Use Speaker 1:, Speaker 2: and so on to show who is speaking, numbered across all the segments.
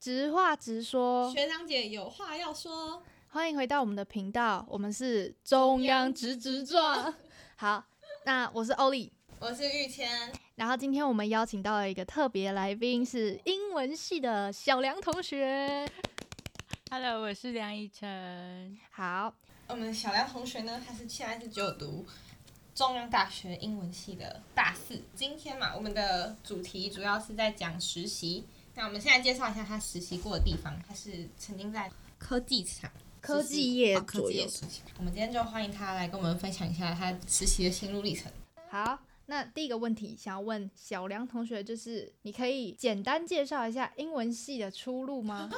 Speaker 1: 直话直说，
Speaker 2: 学长姐有话要说。
Speaker 1: 欢迎回到我们的频道，我们是中央直直撞。 好，那我是欧丽，
Speaker 2: 我是玉谦，
Speaker 1: 然后今天我们邀请到了一个特别来宾，是英文系的小梁同学。
Speaker 3: Hello，我是梁一晨。
Speaker 1: 好，
Speaker 2: 我们的小梁同学呢，他是现在是就读中央大学英文系的大四。今天嘛，我们的主题主要是在讲实习。那我们现在介绍一下他实习过的地方，他是曾经在科技厂。
Speaker 1: 啊科技业
Speaker 2: 哦科
Speaker 1: 左
Speaker 2: 技
Speaker 1: 右
Speaker 2: 业实习。我们今天就欢迎他来跟我们分享一下他实习的心路历程。
Speaker 1: 好，那第一个问题想要问小梁同学，就是你可以简单介绍一下英文系的出路吗？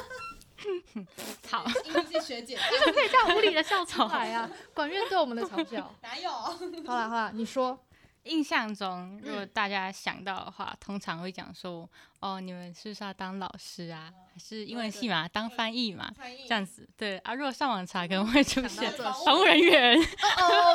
Speaker 3: 好，
Speaker 2: 因为是学姐，
Speaker 1: 怎么 可以这样无理的笑出来啊？ 管院对我们的嘲笑。
Speaker 2: 哪有？
Speaker 1: 好啦好啦，你说。
Speaker 3: 印象中，如果
Speaker 1: 嗯
Speaker 3: 大家想到的话，通常会讲说，哦，你们是不是要当老师啊？还是英文系嘛，当翻译嘛，
Speaker 2: 翻译
Speaker 3: 这样子。对啊，如果上网查，可能会出现
Speaker 1: 想到
Speaker 2: 这
Speaker 3: 防务 人员。
Speaker 1: 哦，因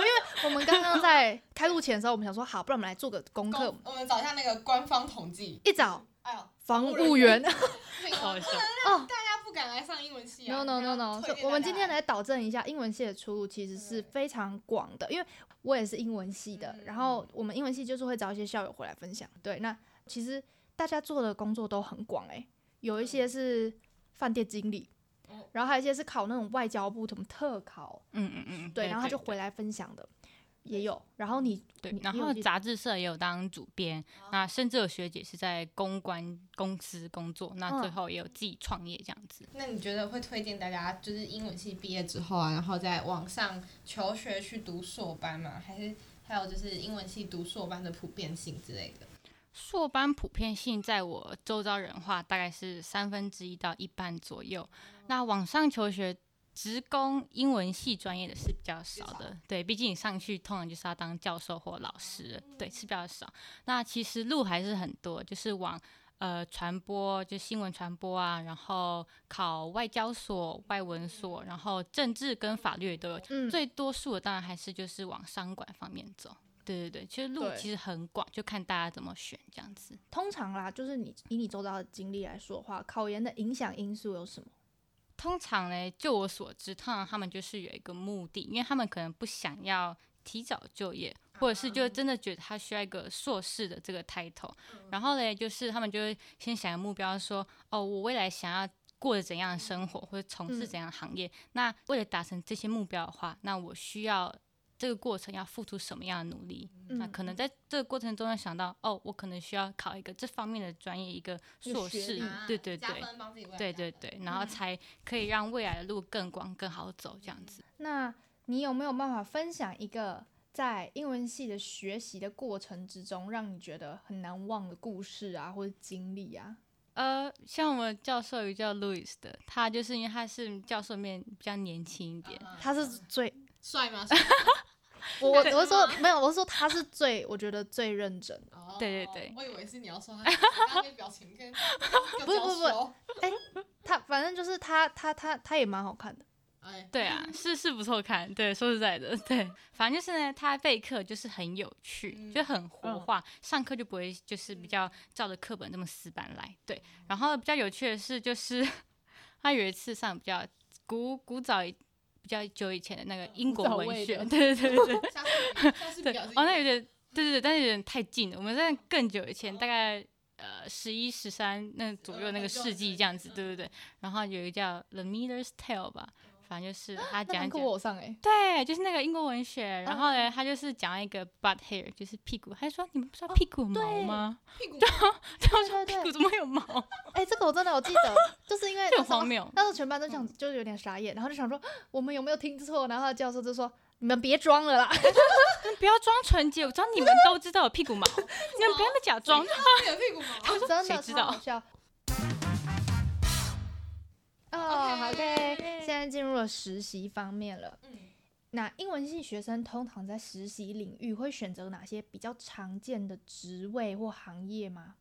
Speaker 1: 为我们刚刚在开录前的时候，我们想说好，不然我们来做个功
Speaker 2: 公
Speaker 1: 课。
Speaker 2: 我们找一下那个官方统计。
Speaker 1: 一找
Speaker 2: 哎呦，
Speaker 1: 防务员
Speaker 2: 那个
Speaker 3: 好笑。
Speaker 1: 哦
Speaker 2: 大家不敢来上英文系啊
Speaker 1: ，no no no no，
Speaker 2: 推荐大家
Speaker 1: 我们今天来导正一下，英文系的出路其实是非常广的，因为我也是英文系的，
Speaker 2: 嗯
Speaker 1: 然后我们英文系就是会找一些校友回来分享。对，那其实大家做的工作都很广诶、有一些是饭店经理
Speaker 2: 哦，
Speaker 1: 然后还有一些是考那种外交部什么特考，
Speaker 3: 嗯嗯嗯，
Speaker 1: 对，然后他就回来分享的也有，然后你
Speaker 3: 对
Speaker 1: 你，
Speaker 3: 然
Speaker 1: 你有
Speaker 3: 后
Speaker 1: 去哦
Speaker 3: 杂志社也有当主编，那甚至有学姐是在公关公司工作，那最
Speaker 1: 嗯
Speaker 3: 后也有自己创业这样子。
Speaker 2: 那你觉得会推荐大家就是英文系毕业之后啊，然后在网上求学去读硕班吗？还是还有就是英文系读硕班的普遍性之类的？
Speaker 3: 硕班普遍性在我周遭人话大概是三分之一到一半左右。那网上求学，职工英文系专业的是比较少的，对，毕竟你上去通常就是要当教授或老师了，对，是比较少。那其实路还是很多，就是往呃传播，就新闻传播啊，然后考外交所、外文所，然后政治跟法律也都有。
Speaker 1: 嗯
Speaker 3: 最多数的当然还是就是往商管方面走。对对对，其实路
Speaker 1: 对
Speaker 3: 其实很广，就看大家怎么选这样子。
Speaker 1: 通常啦，就是你以你周遭的经历来说的话，考研的影响因素有什么？
Speaker 3: 通常呢，就我所知，通常他们就是有一个目的，因为他们可能不想要提早就业，或者是就
Speaker 1: 嗯
Speaker 3: 真的觉得他需要一个硕士的这个 title，、然后呢，就是他们就会先想目标说，哦，我未来想要。过着怎样的生活，或者从事
Speaker 1: 嗯
Speaker 3: 怎样的行业？那为了达成这些目标的话，那我需要这个过程要付出什么样的努力？那
Speaker 1: 嗯
Speaker 3: 可能在这个过程中要想到，哦，我可能需要考一个这方面的专业，一个
Speaker 1: 一个
Speaker 3: 硕
Speaker 1: 学
Speaker 3: 士
Speaker 1: 历，嗯
Speaker 3: 对对
Speaker 2: 啊加
Speaker 3: 对，
Speaker 2: 分帮自己未来
Speaker 3: 对
Speaker 2: 加
Speaker 3: 对
Speaker 2: 分，
Speaker 3: 对，然后才可以让未来的路更广、更好走，这样子。
Speaker 1: 那你有没有办法分享一个在英文系的学习的过程之中，让你觉得很难忘的故事啊，或者经历啊？
Speaker 3: 呃，像我们教授有一个叫 Louis 的，他就是因为他是教授里面比较年轻一点，
Speaker 2: 嗯
Speaker 1: 他是最
Speaker 2: 帅吗？
Speaker 1: 我我
Speaker 2: 对
Speaker 1: 我是说没有，我是说他是最我觉得最认真的。
Speaker 2: 哦
Speaker 3: 对对对
Speaker 2: 我以为是你要说他他那表情跟
Speaker 1: 不
Speaker 2: 不
Speaker 1: 是不是不是，他反正就是他他他他也蛮好看的。
Speaker 2: 哎，
Speaker 3: 对啊，是是不错看。对，说实在的，对，反正就是呢，他备课就是很有趣，
Speaker 2: 嗯
Speaker 3: 就很活化，上课就不会就是比
Speaker 1: 嗯
Speaker 3: 较照着课本那么死板来。对，然后比较有趣的是，就是 他有一次上比较古古早一。比较久以前的那个英国
Speaker 1: 古早味
Speaker 3: 文学，
Speaker 1: 的
Speaker 3: 对对对 对，
Speaker 2: 下次下次
Speaker 3: 对，
Speaker 2: 表
Speaker 3: 哦
Speaker 2: 情，
Speaker 3: 那有点，对对对，但是有点太近了。我们在更久以前，大概呃十一、十三那左右那个世纪这样子，对对对。然后有一个叫《The Miller's Tale》吧，反正就是他
Speaker 1: 那
Speaker 3: 讲
Speaker 1: 很
Speaker 3: 一
Speaker 1: 酷
Speaker 3: 讲，
Speaker 1: 我上哎、
Speaker 3: 对，就是那个英国文学。然后呢，他就是讲一个 butt hair，就是屁股。他就说：“你们不知道屁股有毛
Speaker 1: 对
Speaker 3: 吗？”
Speaker 2: 屁股
Speaker 3: 哦他
Speaker 1: 对
Speaker 3: 说：“
Speaker 1: 对
Speaker 3: 屁股怎么会有毛
Speaker 1: 哎、这个我真的有记得，就是 因为
Speaker 3: 就
Speaker 1: 那时候
Speaker 3: 荒谬
Speaker 1: 那时候全班都想，
Speaker 3: 嗯
Speaker 1: 就是有点傻眼，然后就想说 我们有没有听错？然后教授就说你们别装了啦，
Speaker 3: 不要装纯洁，我知道你们都知道有屁股 毛，你们不要那么假装。”
Speaker 2: 他有屁股毛。
Speaker 1: 真
Speaker 3: 谁
Speaker 1: 的
Speaker 3: 知
Speaker 1: 超好
Speaker 3: 道？
Speaker 1: 笑。哦，好
Speaker 2: OK
Speaker 1: ，OK，现在进入了实习方面了。
Speaker 2: 嗯
Speaker 1: 那英文系学生通常在实习领域会选择哪些比较常见的职位或行业吗？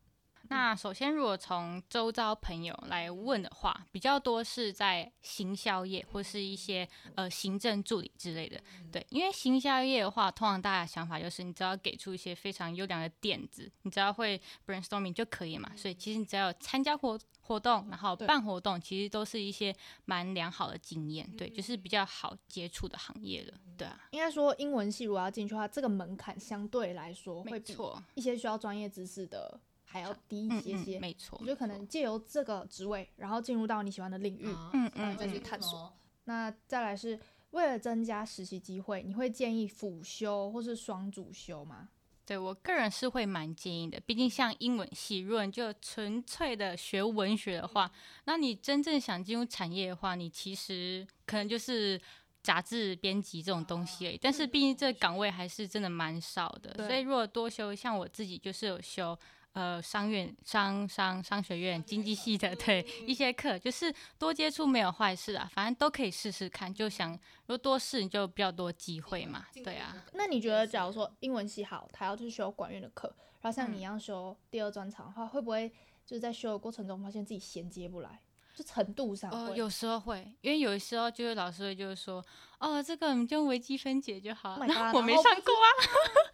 Speaker 3: 那首先，如果从周遭朋友来问的话，比较多是在行销业或是一些呃行政助理之类的。对，因为行销业的话，通常大家的想法就是你只要给出一些非常优良的点子，你只要会 brainstorming 就可以嘛。所以其实你只要有参加活活动，然后
Speaker 1: 对
Speaker 3: 办活动，其实都是一些蛮良好的经验。对，
Speaker 1: 嗯
Speaker 3: 就是比较好接触的行业了。对啊，
Speaker 1: 应该说英文系如果要进去的话，这个门槛相对来说会
Speaker 3: 没
Speaker 1: 比
Speaker 3: 错，
Speaker 1: 一些需要专业知识的还要低一
Speaker 3: 嗯
Speaker 1: 些些。
Speaker 3: 嗯，没错，
Speaker 1: 你就可
Speaker 3: 没错
Speaker 1: 能借由这个职位，然后进入到你喜欢的领域。
Speaker 3: 嗯
Speaker 1: 嗯
Speaker 2: 再
Speaker 1: 嗯
Speaker 2: 去
Speaker 1: 嗯
Speaker 2: 探索。
Speaker 1: 那再来是为了增加实习机会，你会建议辅修或是双主修吗？
Speaker 3: 对我个人是会蛮建议的，毕竟像英文系，如果你就纯粹的学文学的话，那你真正想进入产业的话，你其实可能就是杂志编辑这种东西而已。但是毕竟这个岗位还是真的蛮少的，
Speaker 1: 对
Speaker 3: 所以如果多修，像我自己就是有修。呃，商院、商商商学院嗯经济系的，对一些课，就是多接触没有坏事啊，反正都可以试试看。就想，如果多试，你就比较多机会嘛，对啊。
Speaker 1: 那你觉得，假如说英文系好，他要去修管院的课，然后像你
Speaker 3: 嗯
Speaker 1: 一样修第二专长的话，会不会就是在修的过程中发现自己衔接不来？就程度上
Speaker 3: 呃，
Speaker 1: 会，
Speaker 3: 有时候会，因为有时候就是老师会就是说，哦，这个我们就用微积分解就好
Speaker 1: Oh
Speaker 3: 了。
Speaker 1: my
Speaker 3: 然
Speaker 1: god，
Speaker 3: 后我没
Speaker 1: 然后
Speaker 3: 上过啊，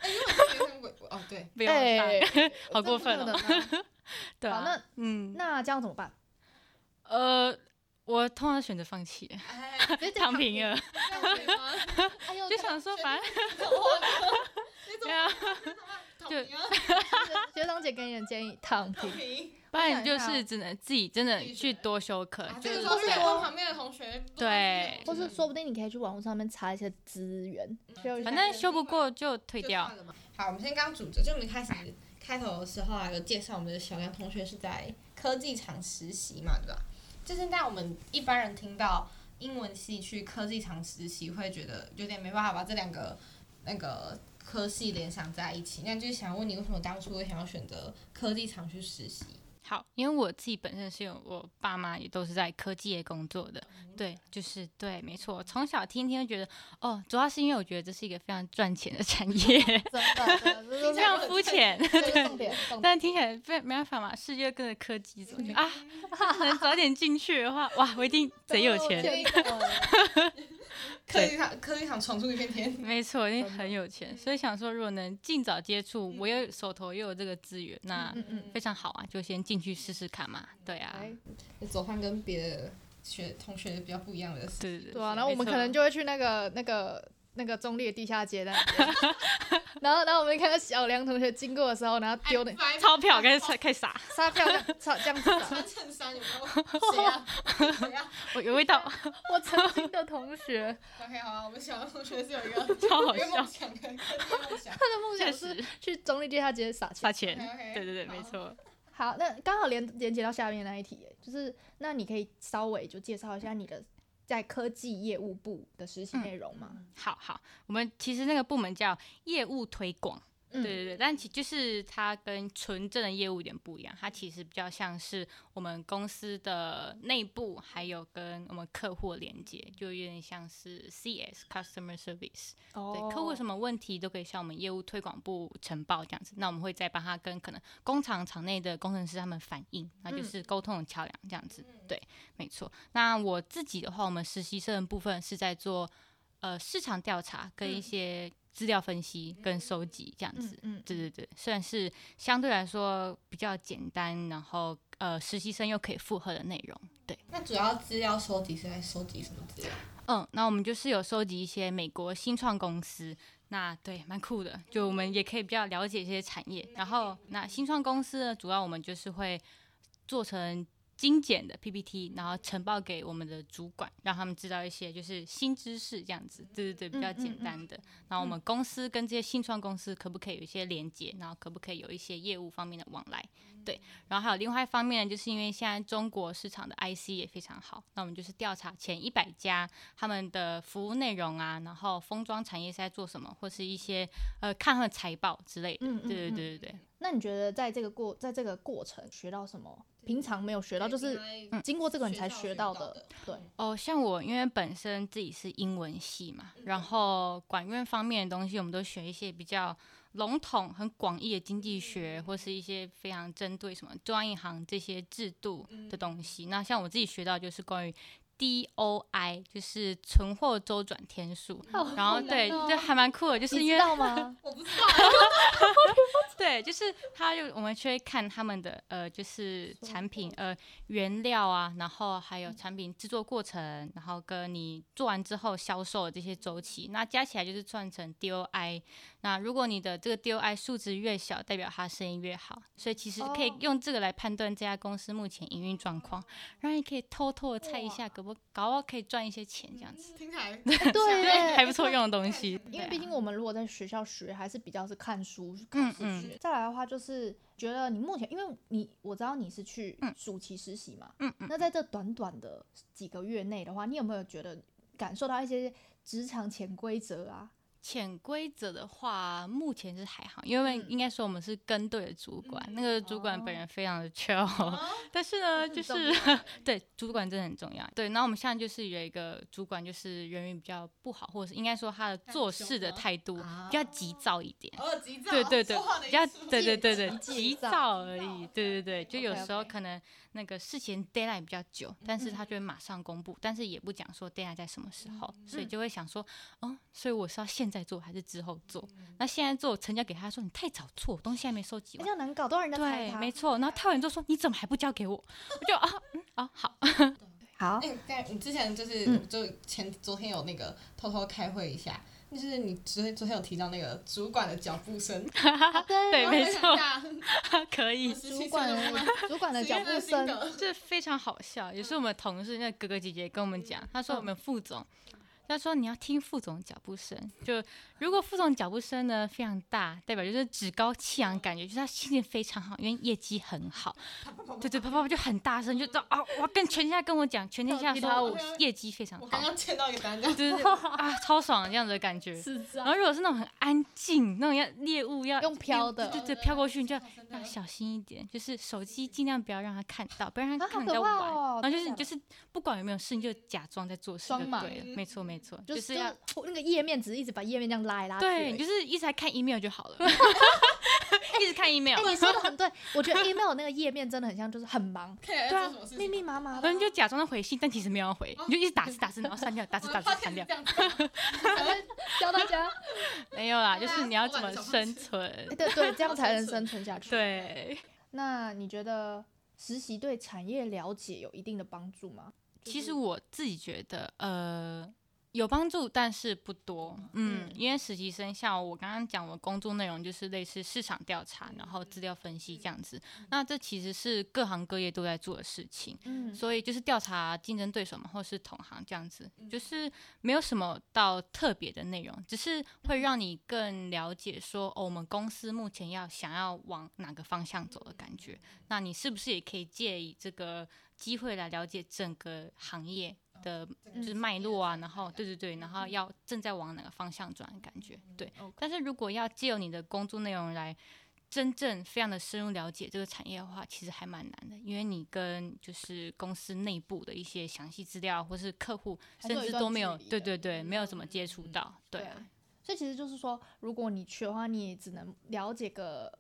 Speaker 2: 哎因为我之前看过哦，对，
Speaker 3: 不用上，
Speaker 1: 哎
Speaker 3: 好过分
Speaker 1: 真的
Speaker 3: 哦。
Speaker 1: 不可能啊
Speaker 3: 对
Speaker 1: 好
Speaker 3: 啊，
Speaker 1: 那
Speaker 3: 嗯，
Speaker 1: 那这样怎么办？
Speaker 3: 呃，我通常选择放弃，
Speaker 2: 哎，
Speaker 1: 直接
Speaker 3: 躺平了，
Speaker 1: 哎呦，
Speaker 3: 就想说反正对啊，
Speaker 2: 躺
Speaker 3: 就
Speaker 2: 平啊，
Speaker 1: 学长姐给你的建议，躺
Speaker 2: 躺
Speaker 1: 平。
Speaker 2: 平。
Speaker 3: 不然
Speaker 1: 想
Speaker 3: 你
Speaker 1: 一
Speaker 3: 就
Speaker 1: 下
Speaker 3: 是只能自己真的
Speaker 2: 自己
Speaker 3: 去
Speaker 2: 学
Speaker 3: 多修课，
Speaker 2: 啊
Speaker 3: 就
Speaker 2: 这个时
Speaker 3: 是
Speaker 1: 或
Speaker 2: 候
Speaker 1: 是
Speaker 2: 是问旁边的同学，不知道
Speaker 3: 对
Speaker 1: 或是说不定你可以去网络上面查一些资源，
Speaker 2: 嗯
Speaker 1: 修一下
Speaker 3: 反正修不过就退
Speaker 2: 就
Speaker 3: 掉
Speaker 2: 算。了嘛。好，我们先刚主轴，就我们开始开头的时候啊，有介绍我们的小杨同学是在科技厂实习嘛，对吧？就是那我们一般人听到英文系去科技厂实习，会觉得有点没办法把这两个那个科系联想在一起。那就是想问你，为什么当初会想要选择科技厂去实习？
Speaker 3: 好，因为我自己本身是有我爸妈也都是在科技业工作
Speaker 1: 哦
Speaker 3: 的，对，就是对，没错。从小听听就觉得，哦，主要是因为我觉得这是一个非常赚钱的产业，
Speaker 1: 真的，真的 这
Speaker 3: 嗯非
Speaker 1: 是
Speaker 3: 常肤浅，
Speaker 1: 这是重点，重点。
Speaker 3: 但听起来非没办法嘛，世界跟着科技 走就啊， 能早点进去的话，哇，我一定贼有 钱。
Speaker 1: 建议啊我
Speaker 2: 科技厂，科技厂闯出一片天。
Speaker 3: 没错，一定很有钱，
Speaker 1: 嗯
Speaker 3: 所以想说，如果能尽早接触，我又手头又有这个资源，那
Speaker 1: 嗯嗯
Speaker 3: 非常好啊，就先进去试试看嘛。对啊，
Speaker 1: 哎
Speaker 2: 走上跟别的学同学比较不一样的事。
Speaker 3: 对对对。
Speaker 1: 对啊，然后我们可能就
Speaker 3: 就
Speaker 1: 会去那个那个那个中立的地下街的， 然后然后我们看到小梁同学经过的时候，然后丢的
Speaker 3: 哎钞票开始开始撒，
Speaker 1: 钞票这样这样子打。
Speaker 2: 穿衬衫有没有？谁 呀、谁啊呀、
Speaker 3: 我有味 道，
Speaker 1: 我曾经的同学，
Speaker 2: o k 好啊，我们小杨同学是有一个
Speaker 3: 超
Speaker 2: 有
Speaker 3: 好
Speaker 2: 一个
Speaker 3: 笑
Speaker 2: 梦，想跟梦想。
Speaker 1: 他的梦
Speaker 3: 确
Speaker 1: 想是
Speaker 3: 实
Speaker 1: 去中立地下街撒钱。
Speaker 3: 撒钱。
Speaker 2: OK，OK，
Speaker 3: 对对对，
Speaker 2: 好
Speaker 3: 没错。
Speaker 1: 好，那刚好连连接到下面那一题耶，就是那你可以稍微就介绍一下你的在科技业务部的实习内容吗？
Speaker 3: 好好，我们其实那个部门叫业务推广，
Speaker 1: 嗯
Speaker 3: 对对对，但其就是它跟纯正的业务有点不一样，它其实比较像是我们公司的内部，还有跟我们客户的连接，就有点像是 CS customer service，、
Speaker 1: 哦
Speaker 3: 对，客户有什么问题都可以向我们业务推广部呈报这样子，那我们会再帮他跟可能工厂厂内的工程师他们反映，那
Speaker 1: 嗯
Speaker 3: 就是沟通的桥梁这样子，对，没错。那我自己的话，我们实习生的部分是在做呃市场调查跟一些资料分析跟收集这样子，
Speaker 1: 嗯，
Speaker 3: 对对对，算是相对来说比较简单，然后呃实习生又可以负荷的内容。
Speaker 2: 那主要资料收集是在收集什么资料？
Speaker 3: 嗯，那我们就是有收集一些美国新创公司，那对，蛮酷的，就我们也可以比较了解一些产业。然后那新创公司呢，主要我们就是会做成精简的 PPT，然后呈报给我们的主管，让他们知道一些就是新知识这样子。对对对，比较
Speaker 1: 嗯
Speaker 3: 简
Speaker 1: 嗯
Speaker 3: 单的。然后我们公司跟这些新创公司可不可以有一些连接，然后可不可以有一些业务方面的往来？对，然后还有另外一方面，就是因为现在中国市场的 IC 也非常好，那我们就是调查前一百家他们的服务内容啊，然后封装产业是在做什么，或是一些呃看他们财报之类的。
Speaker 1: 嗯嗯
Speaker 3: 对对
Speaker 1: 嗯
Speaker 3: 对对对，
Speaker 1: 那你觉得在这个过在这个过程学到什么？平常没有学到，就是
Speaker 3: 嗯
Speaker 2: 对
Speaker 1: 经过这个你
Speaker 2: 学
Speaker 1: 才
Speaker 2: 校
Speaker 1: 学
Speaker 2: 学
Speaker 1: 到
Speaker 2: 到
Speaker 1: 的
Speaker 2: 的。
Speaker 1: 对，
Speaker 3: 哦，像我因为本身自己是英文系嘛，然后管院方面的东西，我们都学一些比较笼统、很广义的经济学，或是一些非常针对什么中央银行这些制度
Speaker 1: 嗯
Speaker 3: 的东西。那像我自己学到就是关于。DOI 就是存货周转天数，然后对，
Speaker 1: 哦
Speaker 3: 就还蛮酷的， 就是
Speaker 1: 你知
Speaker 3: 因为
Speaker 1: 道吗？
Speaker 2: 啊我不知道，
Speaker 3: 对，就是他就我们去看他们的呃，就是
Speaker 1: 说
Speaker 3: 产品呃原料啊，然后还有产品制作过程，然后跟你做完之后销售的这些周期，那加起来就是算成 DOI。那如果你的这个 DOI 数值越小，代表它生意越好，所以其实可以
Speaker 1: 哦
Speaker 3: 用这个来判断这家公司目前营运状况，然后你可以偷偷的猜一下，搞不搞不好可以赚一些钱这样子，
Speaker 2: 听起来
Speaker 1: 对耶
Speaker 3: 还不错用的东 西。
Speaker 1: 因
Speaker 3: 对
Speaker 1: 为
Speaker 3: 啊
Speaker 1: 毕 竟我们如果在学校学，还是比较是看书、看
Speaker 3: 嗯
Speaker 1: 书
Speaker 3: 嗯
Speaker 1: 学。再来的话，就是觉得你目前，因为你我知道你是去
Speaker 3: 嗯
Speaker 1: 暑期实习嘛，
Speaker 3: 嗯嗯，
Speaker 1: 那在这短短的几个月内的话，你有没有觉得感受到一些职场潜规则啊？
Speaker 3: 潜规则的话，目前是还好，因为
Speaker 1: 嗯哦
Speaker 3: 应该说我们是跟队的主管，
Speaker 2: 嗯
Speaker 3: 那个主管本人非常的 chill，、
Speaker 2: 啊
Speaker 3: 但是呢，就
Speaker 1: 这很
Speaker 3: 是
Speaker 1: 重要
Speaker 3: 对主管真的很重要。对，然后我们现在就是有一个主管，就是人缘比较不好，或者是应该说他的做事的态度
Speaker 2: 啊
Speaker 3: 比较急躁一 点。
Speaker 2: 偶尔哦急躁，
Speaker 3: 对对对
Speaker 2: 说话的
Speaker 3: 比
Speaker 2: 艺
Speaker 3: 较
Speaker 2: 术
Speaker 3: 对对对对，
Speaker 1: 急
Speaker 3: 急
Speaker 1: 躁
Speaker 3: 躁而
Speaker 2: 急躁
Speaker 3: 已，
Speaker 2: ，OK，
Speaker 3: 对对对，就有
Speaker 1: OK，OK 嗯
Speaker 3: 时候可能那个事前 deadline 比较久，但是他就会马上公布，但是也不讲说 deadline 在什么时候，所以
Speaker 1: 嗯
Speaker 3: 就会想说，哦，所以我是要现在做还是之后做？那现在做，成交给他说你太早做，我东西还没收集
Speaker 1: 比
Speaker 3: 完。
Speaker 1: 较哎难搞，都让人家猜
Speaker 3: 对，
Speaker 1: 他。
Speaker 3: 没错。然后太完之后说你怎么还不交给我？我就啊，嗯，啊，好，
Speaker 1: 好，
Speaker 2: 哎，在你之前就是、
Speaker 1: 嗯
Speaker 2: 就前昨天有那个偷偷开会一下，就是你昨天昨天有提到那个主管的脚步声，
Speaker 3: 对
Speaker 2: 我
Speaker 3: 没
Speaker 2: 分 享一
Speaker 3: 错
Speaker 2: 下
Speaker 3: 可以。
Speaker 1: 主管的主管的脚步声，
Speaker 3: 这非常好笑，也是我们同事那哥哥姐姐跟我们讲，他说我们副总，他说你要听副总脚步声，就如果副总脚步声呢非常大，代表就是趾高气扬，感觉就是他心情非常好，因为业绩很好，对对，啪啪啪就很大声，就知道啊，我要跟全家跟我讲，全天下
Speaker 1: 跳踢
Speaker 3: 说
Speaker 1: 踏
Speaker 3: 我
Speaker 2: 舞
Speaker 3: 业绩非常
Speaker 2: 我刚
Speaker 3: 好，
Speaker 2: 刚见到一个单讲，
Speaker 3: 对对对，啊，超爽的这样子的感觉。
Speaker 1: 是这
Speaker 2: 嗯
Speaker 3: 然后如果是那种很安静，那种要猎物要
Speaker 1: 用飘的
Speaker 3: 对对对，飘过去你就要要小心一点，就是手机尽量不要让他看到，不然他
Speaker 1: 啊好
Speaker 3: 看你
Speaker 1: 可
Speaker 3: 在玩。
Speaker 1: 怕哦
Speaker 3: 然后就
Speaker 1: 真
Speaker 3: 是
Speaker 1: 的
Speaker 3: 你就是不管有没有事，你就假装在做事就
Speaker 1: 装忙
Speaker 3: 对了。没错没错，
Speaker 1: 就是
Speaker 3: 要
Speaker 1: 是那个页面，只是一直把页面这样拉来拉去而
Speaker 3: 对，
Speaker 1: 已。
Speaker 3: 你就是一直在看 email 就 好了，一直看 email，
Speaker 1: 哎、你说的很对，我 觉得 email 那个页面真的很像，就是很忙，
Speaker 2: 看起来
Speaker 3: 对
Speaker 2: 在
Speaker 3: 啊
Speaker 2: 做什么事
Speaker 1: 密
Speaker 2: 情。
Speaker 1: 密麻麻
Speaker 3: 然后
Speaker 1: 的
Speaker 3: 你。就假装在回信，但其实没有要回，
Speaker 1: 哦
Speaker 3: 你就一直打字打字，然后删掉，打
Speaker 2: 我
Speaker 3: 字打
Speaker 2: 的
Speaker 3: 字
Speaker 2: podcast
Speaker 3: 删
Speaker 2: 是
Speaker 3: 掉
Speaker 2: 这，样子 吗，
Speaker 1: 赶快教大家，
Speaker 3: 没有啦，
Speaker 2: 对
Speaker 3: 就
Speaker 2: 啊
Speaker 3: 是你要
Speaker 2: 我
Speaker 3: 怎
Speaker 2: 懒
Speaker 3: 么
Speaker 2: 得想
Speaker 3: 生
Speaker 2: 事
Speaker 1: 哎
Speaker 3: 存，
Speaker 1: 对对，这样才能生存下去。，
Speaker 3: 对。
Speaker 1: 那你觉得实习对产业了解有一定的帮助吗？
Speaker 3: 其
Speaker 1: 就是
Speaker 3: 实我自己觉得，呃，有帮助，但是不多。嗯
Speaker 1: 嗯，
Speaker 3: 因为实习生像我刚刚讲，我工作内容就是类似市场调查，然后资料分析这样子。那这其实是各行各业都在做的事情，
Speaker 1: 嗯，
Speaker 3: 所以就是调查竞争对手嘛，或是同行这样子，
Speaker 1: 嗯
Speaker 3: 就是没有什么到特别的内容，只是
Speaker 1: 嗯
Speaker 3: 会让你更了解说，哦，我们公司目前要想要往哪个方向走的感觉。那你是不是也可以借以这个机会来了解整个行业的，就
Speaker 1: 个
Speaker 3: 是脉络啊？然后对对对，然后
Speaker 1: 嗯
Speaker 3: 要正在往哪个方向转的感觉？对。
Speaker 2: 哦
Speaker 3: 但是如果要借由你的工作内容来真正非常的深入了解这个产业的话，其实还蛮难的，因为你跟就是公司内部的一些详细资料，或是客户，
Speaker 1: 还是
Speaker 3: 甚
Speaker 1: 有一
Speaker 3: 至
Speaker 1: 段
Speaker 3: 都没
Speaker 1: 距
Speaker 3: 有，
Speaker 1: 离
Speaker 3: 对
Speaker 1: 的嗯
Speaker 3: 对对，没有怎么接触到，对啊，
Speaker 1: 所以其实就是说，如果你去的话，你也只能了解个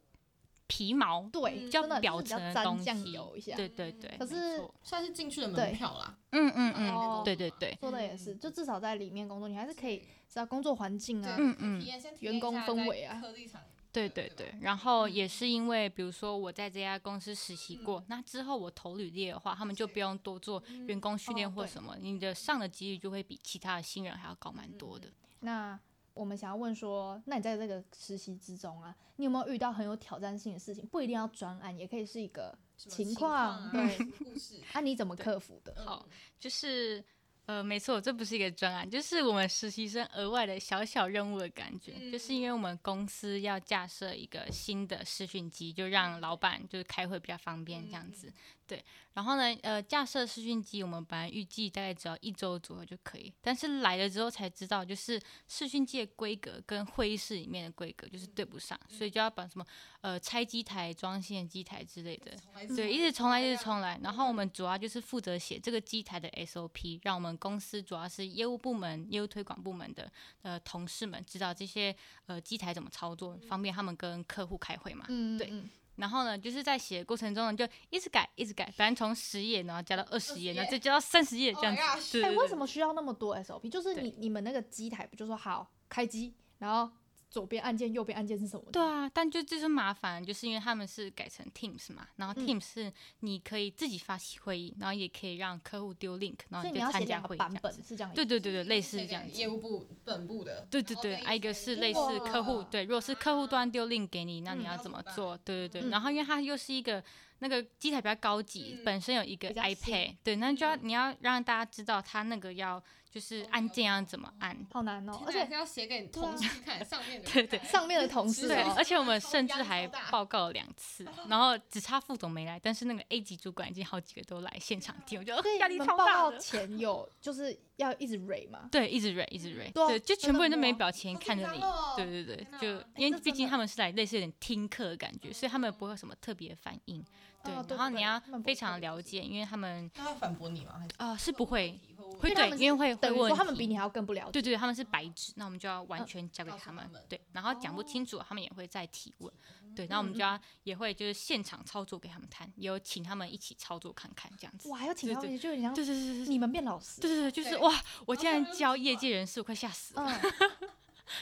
Speaker 3: 皮毛，
Speaker 1: 对，
Speaker 3: 嗯比较
Speaker 1: 真的
Speaker 3: 表
Speaker 1: 就是比较
Speaker 3: 层的
Speaker 1: 沾
Speaker 3: 东
Speaker 1: 酱
Speaker 3: 西
Speaker 1: 油一下。
Speaker 3: 对对对，
Speaker 1: 可
Speaker 3: 没
Speaker 1: 是
Speaker 3: 错
Speaker 2: 算是进去的门
Speaker 1: 对
Speaker 2: 票啦。
Speaker 3: 嗯嗯
Speaker 1: 哦
Speaker 3: 嗯，对对对，
Speaker 1: 说的也
Speaker 3: 嗯
Speaker 1: 是，就至少在里面工作，你还是可以知道工作环境啊
Speaker 2: 对，
Speaker 3: 嗯嗯
Speaker 2: 体。验先体
Speaker 1: 员
Speaker 2: 验一
Speaker 1: 工
Speaker 2: 下
Speaker 1: 氛
Speaker 2: 在
Speaker 1: 围啊
Speaker 2: 科技厂
Speaker 3: 对
Speaker 2: 对
Speaker 3: 对
Speaker 2: 吧
Speaker 3: 对，然后
Speaker 1: 嗯
Speaker 3: 也是因为，比如说我在这家公司实习过，那之后我投履历的话，他们就不用多做员工训练
Speaker 1: 哦
Speaker 3: 或
Speaker 1: 对
Speaker 3: 什么，你的上的几率就会比其他的新人还要高蛮多的。
Speaker 1: 那我们想要问说，那你在这个实习之中啊，你有没有遇到很有挑战性的事情？不一定要专案，也可以是一个
Speaker 2: 什么
Speaker 1: 情
Speaker 2: 况
Speaker 1: 况，
Speaker 2: 啊，
Speaker 1: 对，
Speaker 2: 什么故事。呃嗯
Speaker 1: 啊，你怎么克服的？
Speaker 3: 好，就是呃，没错，这不是一个专案，就是我们实习生额外的小小任务的感觉，就是因为我们公司要架设一个新的视讯机，就让老板就是开会比较方便这样子。对，然后呢，呃，架设视讯机我们本来预计大概只要一周左右就可以，但是来了之后才知道，就是视讯机的规格跟会议室里面的规格就是对不上，所以就要把什么呃拆机台、装新的机台之类的，
Speaker 1: 嗯
Speaker 3: 对，一直重来，一
Speaker 1: 啊
Speaker 3: 直重来。然后我们主要就是负责写这个机台的 SOP，让我们公司主要是业务部门、业务推广部门的呃同事们知道这些呃机台怎么操作，方便他们跟客户开会嘛。
Speaker 1: 嗯，
Speaker 3: 对
Speaker 1: 嗯，嗯
Speaker 3: 然后呢，就是在写的过程中呢，就一直改，一直改，反正从十页然后加到二十页，
Speaker 2: 20页
Speaker 3: 然后再加到三十页
Speaker 2: Oh
Speaker 3: 这样
Speaker 2: my
Speaker 3: 子
Speaker 2: gosh。
Speaker 3: 对
Speaker 1: 哎、为
Speaker 3: 对对
Speaker 1: 什么需要那么多 SOP？就是
Speaker 3: 对
Speaker 1: 你你们那个机台不就说好开机，然后左边按键、右边按键是什么？
Speaker 3: 对，啊，但就就是麻烦，就是因为他们是改成 Teams 嘛，然后
Speaker 1: 嗯
Speaker 3: Teams 是你可以自己发起会议，然后也可以让客户丢 link，
Speaker 1: 所
Speaker 3: 然后
Speaker 1: 以你
Speaker 3: 就
Speaker 1: 要写
Speaker 3: 参加
Speaker 1: 两个
Speaker 3: 会议这
Speaker 1: 版
Speaker 3: 样
Speaker 1: 本
Speaker 3: 子。
Speaker 1: 是这样意思？
Speaker 3: 对对对对，类似这
Speaker 2: 这
Speaker 3: 样
Speaker 2: 个
Speaker 3: 子
Speaker 2: 业。务部本部的，
Speaker 3: 对对
Speaker 2: 然后
Speaker 3: 对，
Speaker 2: 跟
Speaker 3: 啊一个
Speaker 2: 些
Speaker 3: 是
Speaker 2: 业
Speaker 3: 类
Speaker 2: 务
Speaker 3: 似客户，
Speaker 2: 啊
Speaker 3: 对，如果是客户端丢 link 给你，那你
Speaker 1: 嗯
Speaker 3: 要
Speaker 2: 要
Speaker 3: 怎
Speaker 2: 怎
Speaker 3: 么
Speaker 2: 么办
Speaker 3: 做？对对对，
Speaker 1: 嗯
Speaker 3: 然后因为它又是一个那个机台比较高级，
Speaker 2: 嗯
Speaker 3: 本身有一个
Speaker 1: 比较
Speaker 3: iPad，
Speaker 1: 新
Speaker 3: 对，那就要你要让大家知道它那个要就是
Speaker 2: 哦
Speaker 3: 按键要怎么按，
Speaker 1: 好难哦、
Speaker 2: 天
Speaker 1: 而
Speaker 2: 哪
Speaker 1: 且
Speaker 2: 是要写给你同事看，上面的
Speaker 3: 对
Speaker 2: 人
Speaker 3: 对
Speaker 2: 看
Speaker 1: 上面的同事
Speaker 2: 是
Speaker 3: 对
Speaker 2: 哦，
Speaker 1: 哦，
Speaker 3: 而且我们
Speaker 2: 超
Speaker 3: 甚
Speaker 2: 压
Speaker 3: 至
Speaker 2: 力
Speaker 3: 还
Speaker 2: 超大
Speaker 3: 报告了两次，然后只差副总没来，但是那个 A 级主管已经好几个都来现场听，我觉得
Speaker 1: 所
Speaker 3: 呃
Speaker 1: 以
Speaker 3: 压
Speaker 1: 你
Speaker 3: 力
Speaker 1: 们
Speaker 3: 超
Speaker 1: 报
Speaker 3: 大
Speaker 1: 告
Speaker 3: 的。
Speaker 1: 前有就是要一直 re 嘛？
Speaker 3: 对，一直 re 一直 re，
Speaker 1: 对啊
Speaker 3: 对，就全部人都没
Speaker 1: 真的
Speaker 3: 表情
Speaker 2: 好
Speaker 3: 看着
Speaker 2: 紧
Speaker 3: 你
Speaker 2: 张哦，
Speaker 3: 对对对，
Speaker 2: 天
Speaker 3: 就
Speaker 2: 哪
Speaker 3: 因为
Speaker 1: 哎这
Speaker 3: 毕
Speaker 1: 真
Speaker 3: 竟
Speaker 1: 的哦
Speaker 3: 他们是来类似有点听课的感觉，所以他们不会有什么特别的反应，对
Speaker 1: 哦，对
Speaker 3: 然后
Speaker 1: 对
Speaker 3: 你
Speaker 1: 对
Speaker 3: 要
Speaker 1: 他们不
Speaker 3: 非
Speaker 1: 会
Speaker 3: 常
Speaker 1: 特别哦
Speaker 3: 了
Speaker 1: 注
Speaker 3: 解，因为他们
Speaker 2: 他会反驳你吗？还是
Speaker 3: 啊是不会
Speaker 2: 会
Speaker 1: 因为
Speaker 2: 问
Speaker 3: 会
Speaker 1: 他
Speaker 3: 对，
Speaker 1: 们
Speaker 3: 因为会会
Speaker 1: 等于
Speaker 3: 问
Speaker 1: 说他们比
Speaker 3: 题
Speaker 1: 你还嗯要更不了解。
Speaker 3: 对对，他们是白纸，那我们就要完全交给
Speaker 2: 告诉
Speaker 3: 他们
Speaker 2: 他们，
Speaker 3: 对，然后讲
Speaker 1: 哦
Speaker 3: 不清楚，他们也会再提问，对，那我们就
Speaker 1: 嗯
Speaker 3: 要也会就是现场操作给他们看，也有请他们一起操作看看这样子
Speaker 1: 哇，，还要请
Speaker 3: 对
Speaker 1: 他
Speaker 3: 对
Speaker 1: 们，就有点像
Speaker 3: 对对对对对
Speaker 1: 你哦们变老师，
Speaker 3: 对对，就是
Speaker 2: 对
Speaker 3: 哇，我
Speaker 2: 然
Speaker 3: 竟
Speaker 2: 后
Speaker 3: 然
Speaker 2: 他们
Speaker 3: 教
Speaker 2: 就
Speaker 3: 业
Speaker 2: 说
Speaker 3: 界人士，我快吓死了，
Speaker 1: 嗯，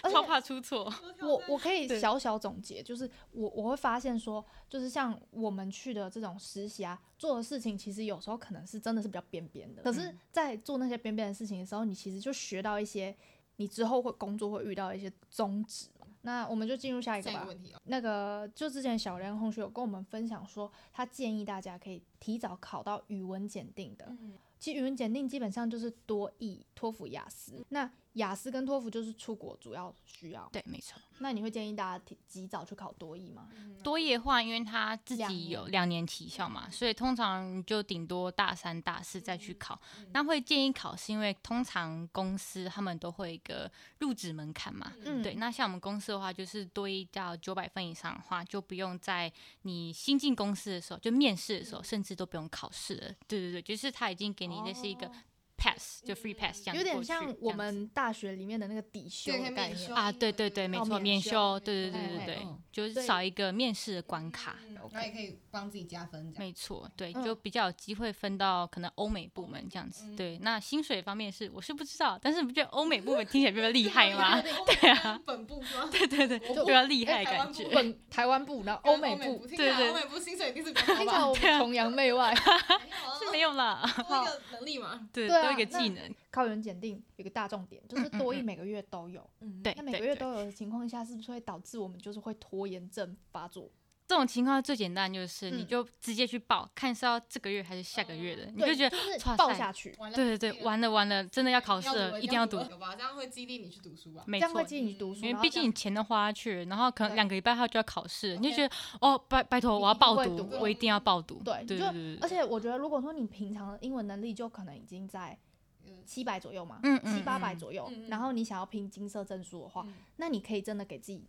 Speaker 1: 而
Speaker 3: 超
Speaker 1: 且哦
Speaker 3: 怕出错，
Speaker 1: 我我可以
Speaker 3: 对
Speaker 1: 小小总结，就是我我会发现说，就是像我们去的这种实习啊，做的事情其实有时候可能是真的是比较边边的，可是
Speaker 3: 嗯，
Speaker 1: 在做那些边边的事情的时候，你其实就学到一些你之后会工作会遇到的一些宗旨嘛。那我们就进入下一个
Speaker 2: 下
Speaker 1: 吧
Speaker 2: 一个。问题哦，
Speaker 1: 那个就之前小梁同学有跟我们分享说，他建议大家可以提早考到语文检定的。
Speaker 2: 嗯
Speaker 1: 其实语文检定基本上就是多益、托福、雅思。那雅思跟托福就是出国主要需要。
Speaker 3: 对，没错。
Speaker 1: 那你会建议大家提及早去考多益吗？
Speaker 3: 多业化，因为他自
Speaker 1: 两
Speaker 3: 己
Speaker 1: 年
Speaker 3: 有两年期效嘛，所以通常就顶多大三、大四再
Speaker 1: 嗯
Speaker 3: 去考。那会建议考，是因为通常公司他们都会有一个入职门槛嘛。
Speaker 1: 嗯
Speaker 3: 对，那像我们公司的话，就是多一到九百分以上的话，就不用在你新进公司的时候，就面试
Speaker 1: 嗯
Speaker 3: 的时候，甚至都不用考试了。对对对，就是他已经给你类似一个
Speaker 1: 哦嗯
Speaker 3: pass，、就 free pass 这样
Speaker 1: 有
Speaker 3: 子过
Speaker 1: 点
Speaker 3: 去。
Speaker 1: 像我
Speaker 3: 这样子
Speaker 1: 们大学里面的那个抵修
Speaker 2: 对
Speaker 1: 的概
Speaker 2: 免
Speaker 1: 念
Speaker 2: 修。
Speaker 3: 啊，对对对，没
Speaker 1: 哦
Speaker 3: 错，
Speaker 1: 免
Speaker 3: 免
Speaker 1: 修
Speaker 3: 修，
Speaker 2: 免
Speaker 3: 对对
Speaker 1: 修
Speaker 3: 对对
Speaker 1: 哎
Speaker 3: 对
Speaker 2: 嗯，
Speaker 3: 就是
Speaker 1: 所以
Speaker 3: 少一个面试的关卡。
Speaker 2: 嗯
Speaker 1: ，OK
Speaker 2: 然后也可以帮自己加分这样。
Speaker 3: 没错，对，
Speaker 1: 嗯
Speaker 3: 就比较有机会分到可能欧美部门这样子。
Speaker 2: 嗯
Speaker 3: 对，那薪水方面是我是不知道，但是你不觉得欧美部门听起来比较厉 害吗？
Speaker 2: 对对啊，本部吗？
Speaker 3: 对对对，
Speaker 2: 就
Speaker 3: 比较厉害的
Speaker 2: 台湾
Speaker 3: 感
Speaker 2: 部
Speaker 3: 觉。
Speaker 1: 本台湾部，然后欧美部，
Speaker 2: 部，听
Speaker 3: 对
Speaker 2: 起来
Speaker 3: 对
Speaker 2: 欧美部薪水一定是比较高
Speaker 1: 听起来
Speaker 2: 吧？
Speaker 1: 我们崇洋媚外。
Speaker 3: 是没有啦，
Speaker 2: 多一个能力嘛？
Speaker 1: 对
Speaker 3: 对，多
Speaker 1: 啊
Speaker 3: 一个技能，
Speaker 1: 考研检定有个大重点， 就是多益每个月都有。
Speaker 2: 嗯，
Speaker 3: 对
Speaker 1: 那
Speaker 3: 对
Speaker 1: 每个月
Speaker 3: 对。
Speaker 1: 都有的情况下，是不是会导致我们就是会拖延症发作？
Speaker 3: 这种情况最简单就是
Speaker 1: 嗯
Speaker 3: 你
Speaker 1: 哦
Speaker 3: 就直接去报，看是要这个月还是下个月的，你就
Speaker 1: 对
Speaker 3: 觉得
Speaker 1: 就是
Speaker 3: 哇
Speaker 1: 爆
Speaker 3: 塞
Speaker 1: 下去，
Speaker 2: 完了，
Speaker 3: 对对对，完了完了，真的要考试了，一定要读，
Speaker 2: 有吧？这样会激励你去读书吧？
Speaker 1: 这
Speaker 3: 没
Speaker 1: 样
Speaker 3: 错
Speaker 1: 会。激你读书，
Speaker 3: 因
Speaker 1: 然
Speaker 3: 为
Speaker 1: 后
Speaker 3: 毕
Speaker 1: 这
Speaker 3: 竟
Speaker 1: 样
Speaker 3: 你钱都花下去了，然后可能
Speaker 1: 对
Speaker 3: 两个礼拜后就要考试，你就
Speaker 2: OK
Speaker 3: 觉得哦，拜拜托，我要
Speaker 1: 一定
Speaker 3: 报
Speaker 1: 会
Speaker 3: 读，
Speaker 1: 读嗯
Speaker 3: 我一定要报读。
Speaker 1: 对，你
Speaker 3: 对
Speaker 1: 就呃
Speaker 3: 对对
Speaker 1: 而
Speaker 3: 对，
Speaker 1: 且我觉得，如果说你平常的英文能力就可能已经在
Speaker 2: 嗯
Speaker 1: 七百左右嘛，
Speaker 3: 嗯嗯
Speaker 1: 七八百
Speaker 3: 嗯
Speaker 1: 左右，
Speaker 2: 嗯嗯
Speaker 1: 然后你想要拼金色证书的话，
Speaker 2: 嗯
Speaker 1: 那你可以真的给自己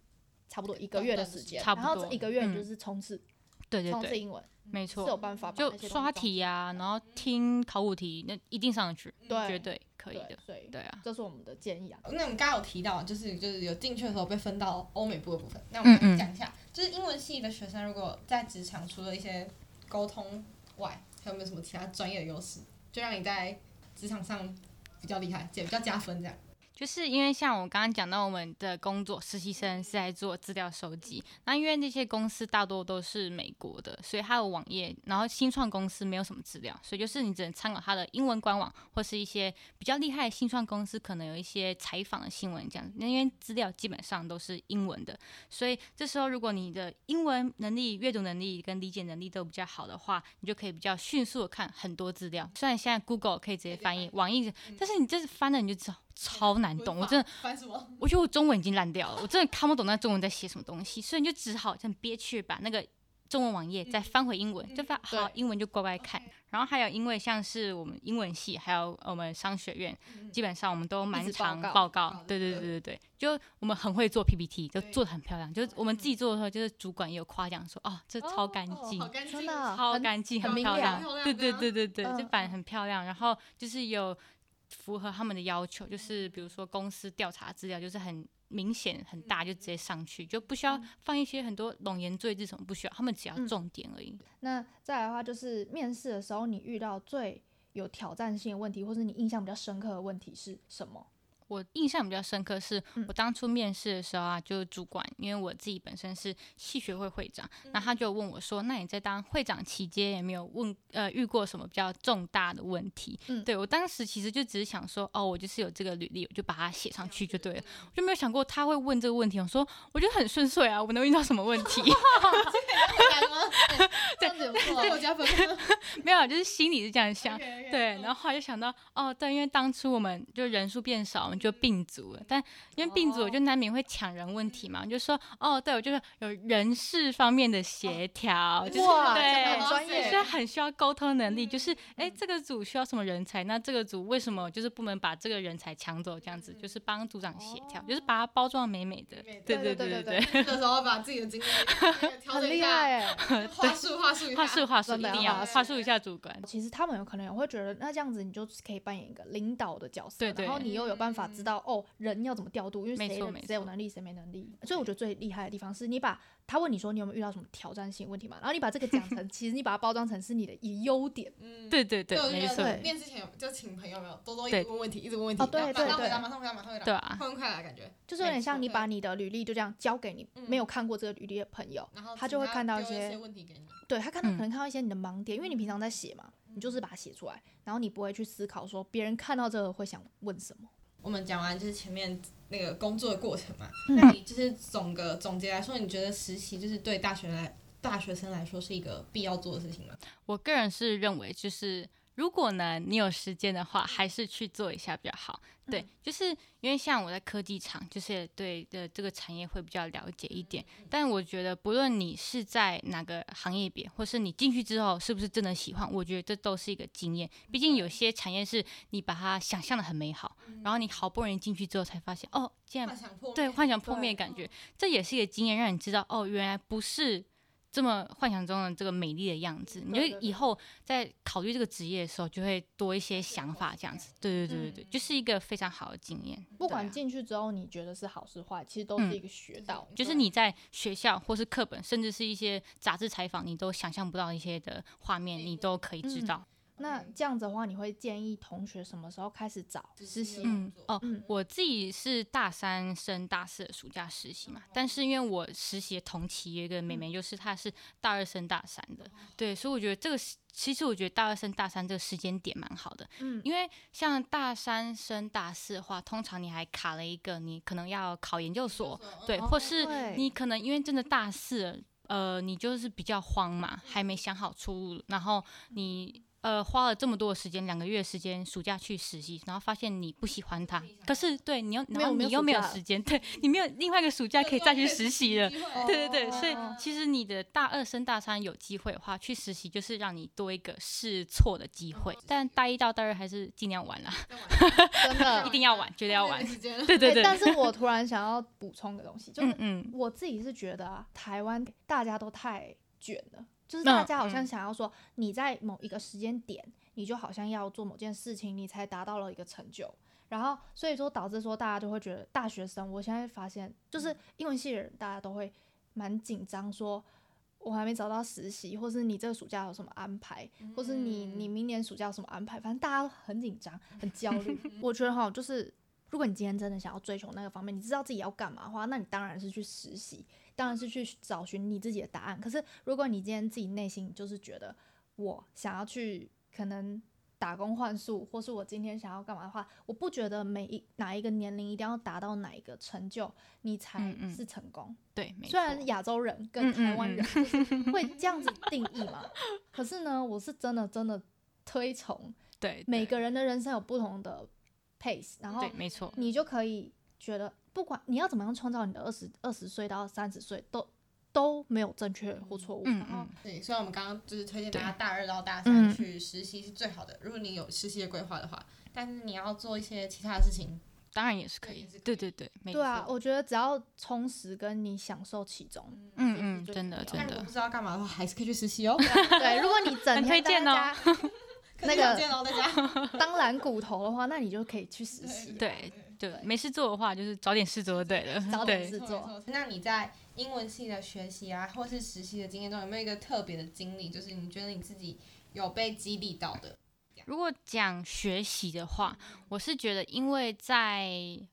Speaker 1: 差不多一个
Speaker 2: 短
Speaker 1: 月
Speaker 2: 短
Speaker 1: 的
Speaker 2: 的
Speaker 1: 时
Speaker 2: 时
Speaker 1: 间，
Speaker 2: 间
Speaker 3: 差不
Speaker 1: 然后
Speaker 3: 多
Speaker 1: 这一个月你
Speaker 3: 嗯
Speaker 1: 就是冲刺，
Speaker 3: 对对
Speaker 1: 冲刺
Speaker 3: 对，
Speaker 1: 英文
Speaker 3: 没
Speaker 1: 嗯是
Speaker 3: 错。
Speaker 1: 有办法把
Speaker 3: 就
Speaker 1: 那些东西
Speaker 3: 刷
Speaker 1: 装
Speaker 3: 题呀、然后听考古题，那一定上得去，
Speaker 1: 对
Speaker 3: 绝对可以
Speaker 1: 对
Speaker 3: 的。
Speaker 1: 所以
Speaker 3: 对啊，
Speaker 1: 这是我们的建议啊。
Speaker 2: 那我们刚刚有提到，就是就是有进去的时候被分到欧美部的部分，那我
Speaker 3: 嗯嗯
Speaker 2: 们讲一下，就是英文系的学生如果在职场除了一些沟通外，还有没有什么其他专业的优势，就让你在职场上比较厉害，也比较加分这样？
Speaker 3: 就是因为像我刚刚讲到，我们的工作实习生是在做资料收集，那因为那些公司大多都是美国的，所以它有网页，然后新创公司没有什么资料，所以就是你只能参考它的英文官网或是一些比较厉害的新创公司可能有一些采访的新闻这样，那因为资料基本上都是英文的，所以这时候如果你的英文能力、阅读能力跟理解能力都比较好的话，你就可以比较迅速的看很多资料。虽然现在 Google 可以直接翻译，网易，但是你这次翻了你就知道超难懂，我真的。
Speaker 2: 翻什么？
Speaker 3: 我觉得我中文已经烂掉了，我真的看不懂那中文在写什么东西，所以你就只好很憋屈把那个中文网页再翻回英文，
Speaker 2: 嗯
Speaker 3: 就翻好
Speaker 1: 对
Speaker 3: 英文就乖乖看。然后还有因为像是我们英文系，还有呃我们商学院，
Speaker 2: 嗯
Speaker 3: 基本上我们都蛮
Speaker 1: 直
Speaker 3: 常
Speaker 1: 报告
Speaker 3: 报
Speaker 2: 报告
Speaker 3: 告，对对
Speaker 2: 的
Speaker 3: 对对对，就我们很会做 PPT，就
Speaker 2: 对
Speaker 3: 做的很漂亮，就是我们自己做的时候，就是主管也有夸奖说，哦，这超干
Speaker 2: 哦
Speaker 3: 净啊
Speaker 2: 好，干净
Speaker 1: 真的
Speaker 3: 超
Speaker 1: 很
Speaker 3: 干净，
Speaker 1: 很
Speaker 3: 很
Speaker 1: 明
Speaker 3: 漂
Speaker 1: 亮
Speaker 3: 亮
Speaker 2: 漂，亮
Speaker 3: 对
Speaker 2: 的
Speaker 3: 对
Speaker 2: 啊
Speaker 3: 对对对，这
Speaker 1: 嗯
Speaker 3: 版很漂亮，然后就是有符合他们的要求，就是比如说公司调查资料，就是很明显很大，就直
Speaker 1: 嗯
Speaker 3: 接上去，就不需要放一些很多冗言赘字什么，不需要，他们只要
Speaker 1: 嗯
Speaker 3: 重点而已。
Speaker 1: 那再来的话，就是面试的时候，你遇到最有挑战性的问题，或是你印象比较深刻的问题是什么？
Speaker 3: 我印象比较深刻是
Speaker 1: 嗯
Speaker 3: 我当初面试的时候啊，就是主管，因为我自己本身是系学会会长，那
Speaker 1: 嗯
Speaker 3: 他就问我说：“那你在当会长期间有没有问呃遇过什么比较重大的问题？”
Speaker 1: 嗯
Speaker 3: 对我当时其实就只是想说，哦，我就是有这个履历，我就把它写上去就对 了，我就没有想过他会问这个问题。我说我觉得很顺遂啊，我能遇到什么问题？
Speaker 2: 干吗？
Speaker 1: 这样子有没有
Speaker 2: 对我加分吗？
Speaker 3: 没有，啊就是心里是这样想。
Speaker 2: OK，OK，
Speaker 3: 对，
Speaker 2: 嗯
Speaker 3: 然后后来就想到，哦，对，因为当初我们就人数变少，我们就并组了，但因为并组，我就难免会抢人问题嘛，我就说，哦，对，我就是有人事方面的协调，就是
Speaker 1: 哇
Speaker 2: 讲得
Speaker 3: 对
Speaker 2: 很，专业
Speaker 3: 所以很需要沟通能力，
Speaker 2: 嗯
Speaker 3: 就是，哎，这个组需要什么人才，那这个组为什么就是不能把这个人才抢走，这样子，就是帮组长协调，就是把它包装得美美的
Speaker 2: 美美的，
Speaker 3: 对
Speaker 1: 对
Speaker 3: 对
Speaker 1: 对
Speaker 3: 对，
Speaker 2: 这时候把自己的经历那个调
Speaker 1: 很
Speaker 2: 整一
Speaker 1: 厉
Speaker 2: 下，
Speaker 1: 害哎、
Speaker 2: 话术话术一下
Speaker 3: 话术话术
Speaker 1: 真
Speaker 3: 一
Speaker 1: 的
Speaker 3: 定
Speaker 1: 要
Speaker 3: 要
Speaker 1: 话
Speaker 3: 话
Speaker 2: 术
Speaker 3: 术一下主管，
Speaker 1: 其实他们有可能也会觉得，那这样子你就可以扮演一个领导的角色，
Speaker 3: 对对
Speaker 1: 然后你又有办
Speaker 2: 嗯
Speaker 1: 法知道、哦，人要怎么调度，因为
Speaker 3: 没
Speaker 1: 谁
Speaker 3: 错
Speaker 1: 人
Speaker 3: 没
Speaker 1: 谁有
Speaker 3: 错
Speaker 1: 能力，谁没能力。所以我觉得最厉害的地方是你把他问你说你有没有遇到什么挑战性问题嘛，然后你把这个讲 成，其实你把它包装成是你的一优点。
Speaker 2: 嗯，
Speaker 3: 对对对
Speaker 2: 我，
Speaker 3: 没
Speaker 2: 就觉
Speaker 3: 错
Speaker 2: 得，
Speaker 1: 对
Speaker 2: 面之前有就请朋友没有多多一
Speaker 3: 对
Speaker 2: 直问问题，一直问问题，
Speaker 1: 哦对
Speaker 2: 然后马上
Speaker 1: 对
Speaker 2: 回答，
Speaker 1: 对
Speaker 2: 马上回答，马上回答，
Speaker 3: 对啊，
Speaker 2: 快问快答感觉。
Speaker 1: 就是有点像
Speaker 2: 没错
Speaker 1: 你把你的履历就这样交给你
Speaker 2: 嗯
Speaker 1: 没有看过这个履历的朋友，
Speaker 2: 然后
Speaker 1: 他
Speaker 2: 请
Speaker 1: 就会看到一
Speaker 2: 丢一
Speaker 1: 些
Speaker 2: 些问题给你，
Speaker 1: 对他看到
Speaker 3: 嗯
Speaker 1: 可能看到一些你的盲点，因为你平常在写嘛，你就是把它写出来，然后你不会去思考说别人看到这个会想问什么。
Speaker 2: 我们讲完就是前面那个工作的过程嘛，
Speaker 1: 嗯
Speaker 2: 那你就是总个总结来说，你觉得实习就是对大学来大学生来说是一个必要做的事情吗？
Speaker 3: 我个人是认为，就是如果呢你有时间的话，还是去做一下比较好。对，就是因为像我在科技厂，就是也对的这个产业会比较了解一点。但我觉得，不论你是在哪个行业别，或是你进去之后是不是真的喜欢，我觉得这都是一个经验。毕竟有些产业是你把它想象的很美好，然后你好不容易进去之后才发现，哦，竟然
Speaker 2: 幻想破灭
Speaker 3: 对，幻想破灭的
Speaker 1: 嗯
Speaker 3: 感觉，这也是一个经验，让你知道哦，原来不是这么幻想中的这个美丽的样子。你
Speaker 1: 对
Speaker 3: 就
Speaker 1: 对
Speaker 3: 以后在考虑这个职业的时候，就会多一些想法，这样子。对对对对对，就是一个非常好的经验。
Speaker 1: 嗯不
Speaker 3: 对啊
Speaker 1: 管进去之后你觉得是好是坏，其实都是
Speaker 3: 嗯
Speaker 1: 一个学到。
Speaker 3: 就是你在学校或是课本，甚至是一些杂志采访，你都想象不到一些的画面，你都可以知
Speaker 1: 嗯
Speaker 3: 道。
Speaker 1: 那这样子的话，你会建议同学什么时候开始找实习？
Speaker 3: 嗯哦
Speaker 1: 嗯，
Speaker 3: 我自己是大三升大四的暑假实习嘛，但是因为我实习的同期有一个妹妹，就是她是大二升大三的，对，所以我觉得这个时其实我觉得大二升大三这个时间点蛮好的，
Speaker 1: 嗯
Speaker 3: 因为像大三升大四的话，通常你还卡了一个你可能要考研究所，哦对，
Speaker 2: 哦
Speaker 3: 或是
Speaker 1: 对
Speaker 3: 你可能因为真的大四了，呃，你就是比较慌嘛，还没想好出路，然后你呃花了这么多的时间，两个月的时间，暑假去实习，然后发现你不喜欢它，可是对你又
Speaker 1: 没
Speaker 3: 然
Speaker 1: 有
Speaker 3: 后
Speaker 1: 没
Speaker 3: 你
Speaker 1: 有
Speaker 3: 又
Speaker 1: 暑
Speaker 3: 没有
Speaker 1: 假
Speaker 3: 时间，对你没有另外一个暑假可以再去实习了。
Speaker 1: 哦
Speaker 3: 对对对，所以
Speaker 1: 哦
Speaker 3: 其实你的大二升大三有机会的话，去实习就是让你多一个试错的机
Speaker 1: 哦
Speaker 3: 会。但大一到大二还是尽量 玩啦，
Speaker 1: 真的
Speaker 3: 一定要玩，绝对要玩。
Speaker 2: 对，
Speaker 3: 对对
Speaker 1: 欸
Speaker 3: 对，
Speaker 1: 但是我突然想要补充个东西，就是
Speaker 3: 嗯嗯，
Speaker 1: 我自己是觉得啊，台湾大家都太卷了，就是大
Speaker 3: 嗯
Speaker 1: 家好像
Speaker 3: 嗯
Speaker 1: 想要说，你在某一个时间点，你就好像要做某件事情，你才达到了一个成就。然后，所以说导致说大家就会觉得大学生，我现在发现就是英文系的人，大家都会蛮紧张，说我还没找到实习，或是你这个暑假有什么安排，或
Speaker 3: 嗯
Speaker 1: 是你你明年暑假有什么安排，反正大家都很紧张、很焦虑。我觉得哈，就是如果你今天真的想要追求那个方面，你知道自己要干嘛的话，那你当然是去实习，当然是去找寻你自己的答案。可是如果你今天自己内心就是觉得我想要去可能打工换宿，或是我今天想要干嘛的话，我不觉得每一哪一个年龄一定要达到哪一个成就，你才
Speaker 3: 嗯嗯
Speaker 1: 是成功。
Speaker 3: 对，没
Speaker 1: 虽
Speaker 3: 错，
Speaker 1: 然亚洲人跟
Speaker 3: 嗯
Speaker 1: 台湾
Speaker 3: 嗯
Speaker 1: 人就是会这样子定义嘛，可是呢，我是真的真的推崇
Speaker 3: 对
Speaker 1: 每
Speaker 3: 对
Speaker 1: 个人的人生有不同的 pace，然后
Speaker 3: 对，没错，
Speaker 1: 你就可以觉得，不管你要怎么样创造你的二十二十岁到三十岁，都都没有正确或错误。
Speaker 3: 嗯
Speaker 1: 然后
Speaker 3: 嗯，
Speaker 2: 对，所以我们刚刚就是推荐大家
Speaker 3: 对
Speaker 2: 大二到大
Speaker 3: 嗯
Speaker 2: 三去实习是最好的，如果你有实习的规划的话。但是你要做一些其他的事情，
Speaker 3: 当然也是可
Speaker 2: 对也
Speaker 3: 以
Speaker 2: 是可，
Speaker 3: 对
Speaker 2: 以
Speaker 3: 对对，没
Speaker 1: 对啊，
Speaker 3: 错，
Speaker 1: 我觉得只要充实跟你享受其中，
Speaker 3: 嗯
Speaker 1: 这是最
Speaker 3: 嗯，真
Speaker 1: 重要
Speaker 3: 的
Speaker 1: 的
Speaker 2: 但
Speaker 3: 真
Speaker 2: 如果
Speaker 3: 的
Speaker 2: 不，知道干嘛的话，还是可以去实习 哦。
Speaker 1: 对，如果你整
Speaker 3: 很
Speaker 1: 天
Speaker 3: 推荐哦
Speaker 1: 待在家
Speaker 2: 可是
Speaker 1: 那个
Speaker 2: 有见哦，大 家。
Speaker 1: 当懒骨头的话，那你就可以去实习。
Speaker 3: 对，就没事做的话，就是找点事做就对
Speaker 1: 找
Speaker 3: 了，
Speaker 1: 点
Speaker 3: 对
Speaker 1: 事，
Speaker 2: 没错没错那你在英文系的学习啊，或是实习的经验中，有没有一个特别的经历？就是你觉得你自己有被激励到的？
Speaker 3: 如果讲学习的话，
Speaker 1: 嗯
Speaker 3: 我是觉得，因为在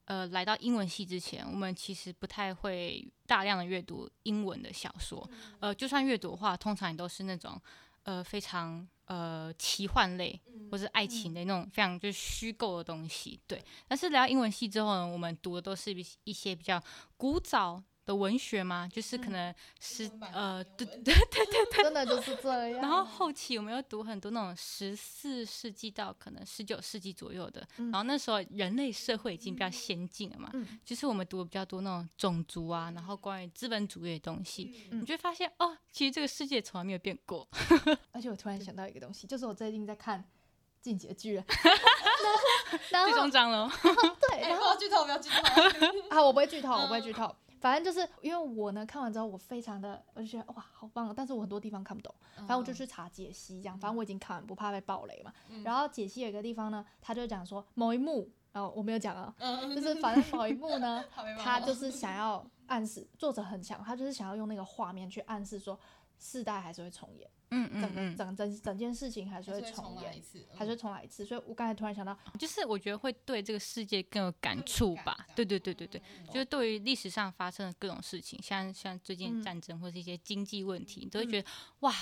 Speaker 3: 呃来到英文系之前，我们其实不太会大量的阅读英文的小说。
Speaker 1: 嗯
Speaker 3: 呃，就算阅读的话，通常也都是那种呃非常呃奇幻类
Speaker 1: 嗯
Speaker 3: 或是爱情类那种非常就是虚构的东西。对，但是来到英文系之后呢，我们读的都是一一些比较古早。的文学嘛，就是
Speaker 1: 嗯
Speaker 3: 可能是、
Speaker 2: 文版的
Speaker 3: 呃，
Speaker 2: 英
Speaker 3: 对
Speaker 2: 文
Speaker 3: 对
Speaker 1: 真的就是这样。
Speaker 3: 然后后期我们又读很多那种十四世纪到可能十九世纪左右的，
Speaker 1: 嗯
Speaker 3: 然后那时候人类社会已经比较先进了嘛，
Speaker 1: 嗯
Speaker 3: 就是我们读的比较多那种种族啊，然后关于资本主义的东西，
Speaker 1: 嗯
Speaker 3: 你就会发现哦，其实这个世界从来没有变过。
Speaker 2: 哦
Speaker 1: 而且我突然想到一个东西，就是我最近在看《进击的巨 人》然后，
Speaker 3: 最
Speaker 1: 然后
Speaker 3: 终章了，
Speaker 1: 对，
Speaker 2: 哎，
Speaker 1: 然
Speaker 2: 不
Speaker 1: 后
Speaker 2: 要剧透，嗯不要 剧透。
Speaker 1: 啊，我不会剧透，
Speaker 2: 嗯
Speaker 1: 我不会剧透。反正就是因为我呢，看完之后我非常的，我就觉得哇，好棒！哦，但是我很多地方看不懂，
Speaker 2: 然
Speaker 1: 反正我就去查解析，这样，反正我已经看完，不怕被暴雷嘛。
Speaker 2: 嗯
Speaker 1: 然后解析有一个地方呢，他就讲说某一幕，哦，我没有讲啊，
Speaker 2: 嗯，
Speaker 1: 就是反正某一幕呢，
Speaker 2: 好没办法
Speaker 1: 他就是想要暗示，作者很强，他就是想要用那个画面去暗示说，世代还是会重演，
Speaker 3: 嗯
Speaker 1: 整
Speaker 3: 嗯
Speaker 1: 个
Speaker 3: 嗯，
Speaker 1: 整整整件事情还是
Speaker 2: 还
Speaker 1: 会
Speaker 2: 是会重
Speaker 1: 重
Speaker 2: 来
Speaker 1: 演
Speaker 2: 一。次，嗯
Speaker 1: 还是会重来一次，所以我刚才突然想到，
Speaker 3: 就是我觉得会对这个世界更有感
Speaker 2: 更有
Speaker 3: 触
Speaker 2: 感
Speaker 3: 吧
Speaker 2: 这。样
Speaker 3: 对对对对对，
Speaker 2: 嗯
Speaker 3: 就是对于历史上发生的各种事情，像像最近
Speaker 1: 嗯
Speaker 3: 战争或是一些经济问题，你
Speaker 2: 嗯
Speaker 3: 都会觉得哇，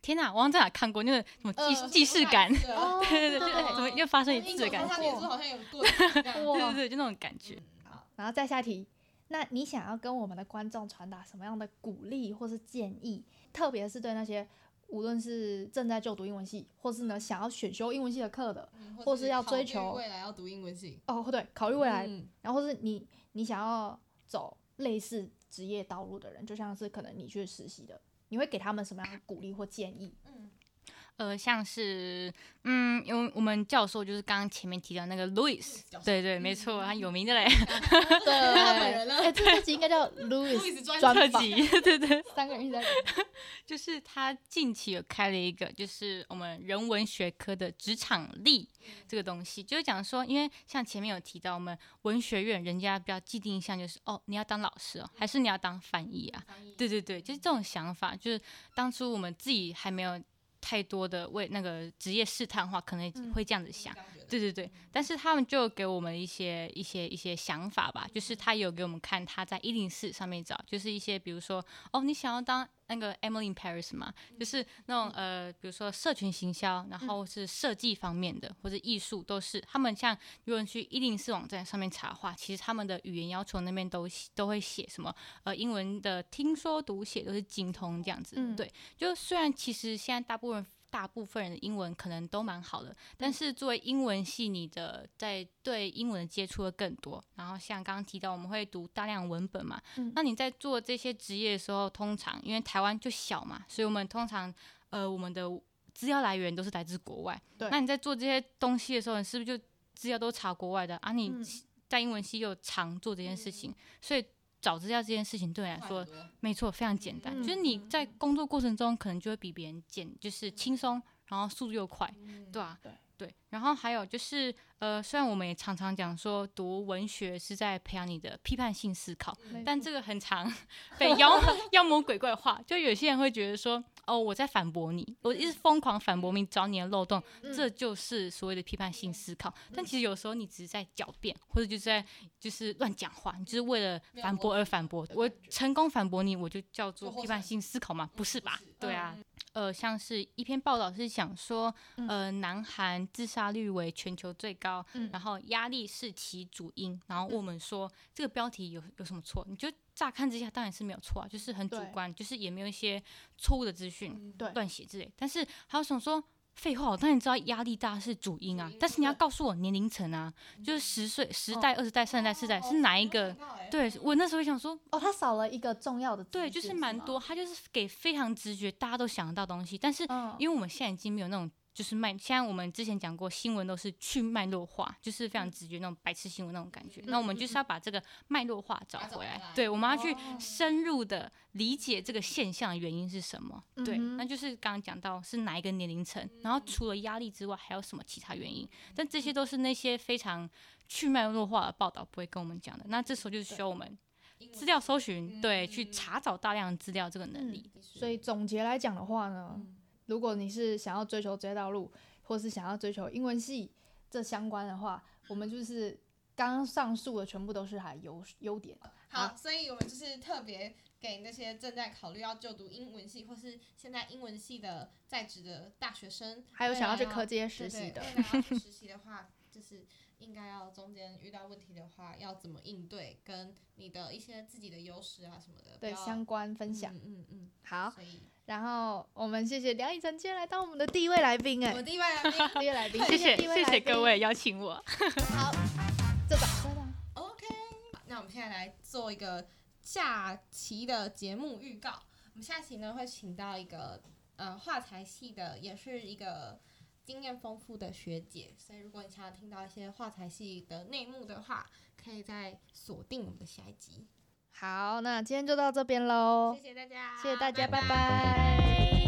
Speaker 3: 天哪，我好像在哪看过那个什么
Speaker 1: 呃
Speaker 3: 既视既 视感。
Speaker 1: 哦
Speaker 3: 对 对
Speaker 1: 对
Speaker 3: 对，就哎怎么又发生一次的感
Speaker 1: 觉
Speaker 2: 他
Speaker 1: 看
Speaker 2: 脸
Speaker 1: 过
Speaker 2: 书好像有过这样。
Speaker 3: 对
Speaker 1: 哇
Speaker 3: 对，对，就那种感觉。
Speaker 1: 好，然后再下一题。那你想要跟我们的观众传达什么样的鼓励或是建议？特别是对那些无论是正在就读英文系，或是呢想要选修英文系的课的，
Speaker 2: 嗯
Speaker 1: 或是要追
Speaker 2: 考虑
Speaker 1: 求
Speaker 2: 未来要读英文系，
Speaker 1: 哦，对，考虑未来，
Speaker 2: 嗯
Speaker 1: 然后或是你你想要走类似职业道路的人，就像是可能你去实习的，你会给他们什么样的鼓励或建议？
Speaker 2: 嗯
Speaker 3: 呃，像是嗯，因为我们教授就是刚刚前面提到那个 Louis，
Speaker 2: 教授
Speaker 3: 对对，没错，他有名的嘞，
Speaker 1: 对，
Speaker 2: 本人呢
Speaker 1: 哎、这这集应该 叫 Louis
Speaker 2: ，Louis 专
Speaker 1: 专
Speaker 3: 特
Speaker 1: 访
Speaker 3: 级，对对，
Speaker 1: 三个人一直在
Speaker 3: 就是他近期有开了一个，就是我们人文学科的职场力这个东西，就是讲说，因为像前面有提到，我们文学院人家比较既定印象就是，哦，你要当老师哦，还是你要当翻译啊？对对对，就是这种想法，就是当初我们自己还没有太多的为那个职业试探的话，可能
Speaker 1: 嗯
Speaker 3: 会这样子想。对对
Speaker 2: 嗯
Speaker 3: 对，但是他们就给我们一些一些一些想法吧，就是他有给我们看他在一零四上面找，就是一些比如说，哦，你想要当那个 Emily in Paris 嘛，就是那种呃，比如说社群行销，然后是设计方面的或者艺术都是，他们像如果你去一零四网站上面查的话，其实他们的语言要求那边都写都会写什么呃英文的听说读写都是精通这样子，
Speaker 1: 嗯
Speaker 3: 对，就虽然其实现在大部分大部分人的英文可能都蛮好的，但是作为英文系，你的在对英文的接触会更多。然后像刚刚提到，我们会读大量文本嘛，
Speaker 1: 嗯
Speaker 3: 那你在做这些职业的时候，通常因为台湾就小嘛，所以我们通常呃我们的资料来源都是来自国外。
Speaker 1: 对
Speaker 3: 那你在做这些东西的时候，你是不是就资料都查国外的啊？你
Speaker 1: 嗯
Speaker 3: 在英文系又常做这件事情，所以找资料这件事情对你来说
Speaker 2: 说
Speaker 3: 没错，非常简单，
Speaker 1: 嗯
Speaker 3: 就是你在工作过程中可能就会比别人简，就是轻松，然后速度又快，
Speaker 2: 嗯
Speaker 3: 对啊，
Speaker 1: 对
Speaker 3: 对。然后还有就是，呃，虽然我们也常常讲说读文学是在培养你的批判性思考，
Speaker 1: 没
Speaker 3: 但
Speaker 1: 错
Speaker 3: 这个 很常被妖妖魔鬼怪化，就有些人会觉得说，哦，我在反驳你，我一
Speaker 2: 嗯
Speaker 3: 直疯狂反驳你，找你的漏洞，
Speaker 1: 嗯
Speaker 3: 这就是所谓的批判性思考。
Speaker 2: 嗯
Speaker 3: 但其实有时候你只是在狡辩，或者就是在就是乱讲话，你就是为了
Speaker 2: 没有
Speaker 3: 反驳
Speaker 2: 逻
Speaker 3: 而
Speaker 2: 辑
Speaker 3: 反驳
Speaker 2: 的。
Speaker 3: 我
Speaker 2: 感觉
Speaker 3: 成功反驳你，我就叫做
Speaker 2: 就嗯获
Speaker 3: 批判
Speaker 2: 胜
Speaker 3: 性思考吗？不是吧
Speaker 2: 不是？
Speaker 3: 对啊。呃，像是一篇报道是讲说，
Speaker 1: 嗯
Speaker 3: 呃，南韩自杀率为全球最高，
Speaker 1: 嗯
Speaker 3: 然后压力是其主因，然
Speaker 2: 嗯
Speaker 3: 后问我们说这个标题有有什么错？你就乍看之下当然是没有错啊，就是很主
Speaker 1: 对
Speaker 3: 观，就是也没有一些错误的资讯，
Speaker 2: 嗯
Speaker 1: 对
Speaker 3: 乱写之类。但是还有想说，废话，我当然知道压力大是主因啊
Speaker 2: 主因，
Speaker 3: 但是你要
Speaker 2: 对嗯
Speaker 3: 告诉我年龄层啊，就是十岁、十代、二十代、三十代、四代
Speaker 2: 哦
Speaker 3: 是哪一
Speaker 2: 我没有
Speaker 3: 个
Speaker 2: 想？到欸
Speaker 3: 对我那时候想说，
Speaker 1: 哦，他少了一个重要的字
Speaker 3: 对，
Speaker 1: 句
Speaker 3: 就是蛮
Speaker 1: 吗
Speaker 3: 多，他就是给非常直觉，大家都想得到东西，但是
Speaker 1: 嗯，
Speaker 3: 因为我们现在已经没有那种就是脉，现在我们之前讲过新闻都是去脉络化，就是
Speaker 1: 嗯
Speaker 3: 非常直觉那种白痴新闻那种感觉。那我们就是要把这为脉络化找
Speaker 2: 把它找
Speaker 3: 回
Speaker 2: 回
Speaker 3: 来
Speaker 2: 来，
Speaker 3: 对，我们要去
Speaker 1: 哦
Speaker 3: 深入的理解这个现象的原因是什么。对，
Speaker 1: 嗯哼嗯
Speaker 3: 那就是刚刚讲到是哪一个年龄层，然后除了压力之外还有什么其他原因？但这些都是那些非常去脉络化的报道不会跟我们讲的。那这时候就是需要我们
Speaker 2: 英文
Speaker 3: 资料搜寻，对，去
Speaker 2: 嗯
Speaker 3: 查找大量资料这个能
Speaker 1: 嗯
Speaker 3: 力。
Speaker 1: 所以总结来讲的话呢，
Speaker 2: 嗯
Speaker 1: 如果你是想要追求这道路，或是想要追求英文系这相关的话，我们就是刚刚上述的全部都是它的优优点。
Speaker 2: 哦好，
Speaker 1: 好
Speaker 2: 所以我们就是特别给那些正在考虑要就读英文系或是现在英文系的在职的大学生，
Speaker 1: 还有想要去
Speaker 2: 未来
Speaker 1: 科技业
Speaker 2: 对
Speaker 1: 实习的
Speaker 2: 对，未来要去实习的话， 就是应该要中间遇到问题的话，要怎么应对，跟你的一些自己的优势啊什么的，
Speaker 1: 对
Speaker 2: 不要
Speaker 1: 相关分享。
Speaker 2: 嗯嗯嗯，
Speaker 1: 好，
Speaker 2: 所以
Speaker 1: 然后我们谢谢梁以晨今天来当我们的第一位来宾，
Speaker 2: 我
Speaker 1: 哎，
Speaker 2: 们第一位来宾
Speaker 1: 第一位来宾，
Speaker 3: 谢谢
Speaker 1: 第一位
Speaker 3: 谢
Speaker 1: 来
Speaker 3: 谢
Speaker 1: 宾
Speaker 3: 各，位邀请我。
Speaker 2: 好。
Speaker 1: 这掌声啊！
Speaker 2: OK，那我们现在来做一个下期的节目预告。我们下期呢会请到一个呃画材系的，也是一个经验丰富的学姐，所以如果你想要听到一些画材系的内幕的话，可以再锁定我们的下一集。
Speaker 1: 好，那今天就到这边喽
Speaker 2: 谢，谢大家，
Speaker 1: 谢谢大家，
Speaker 2: 拜
Speaker 1: 拜拜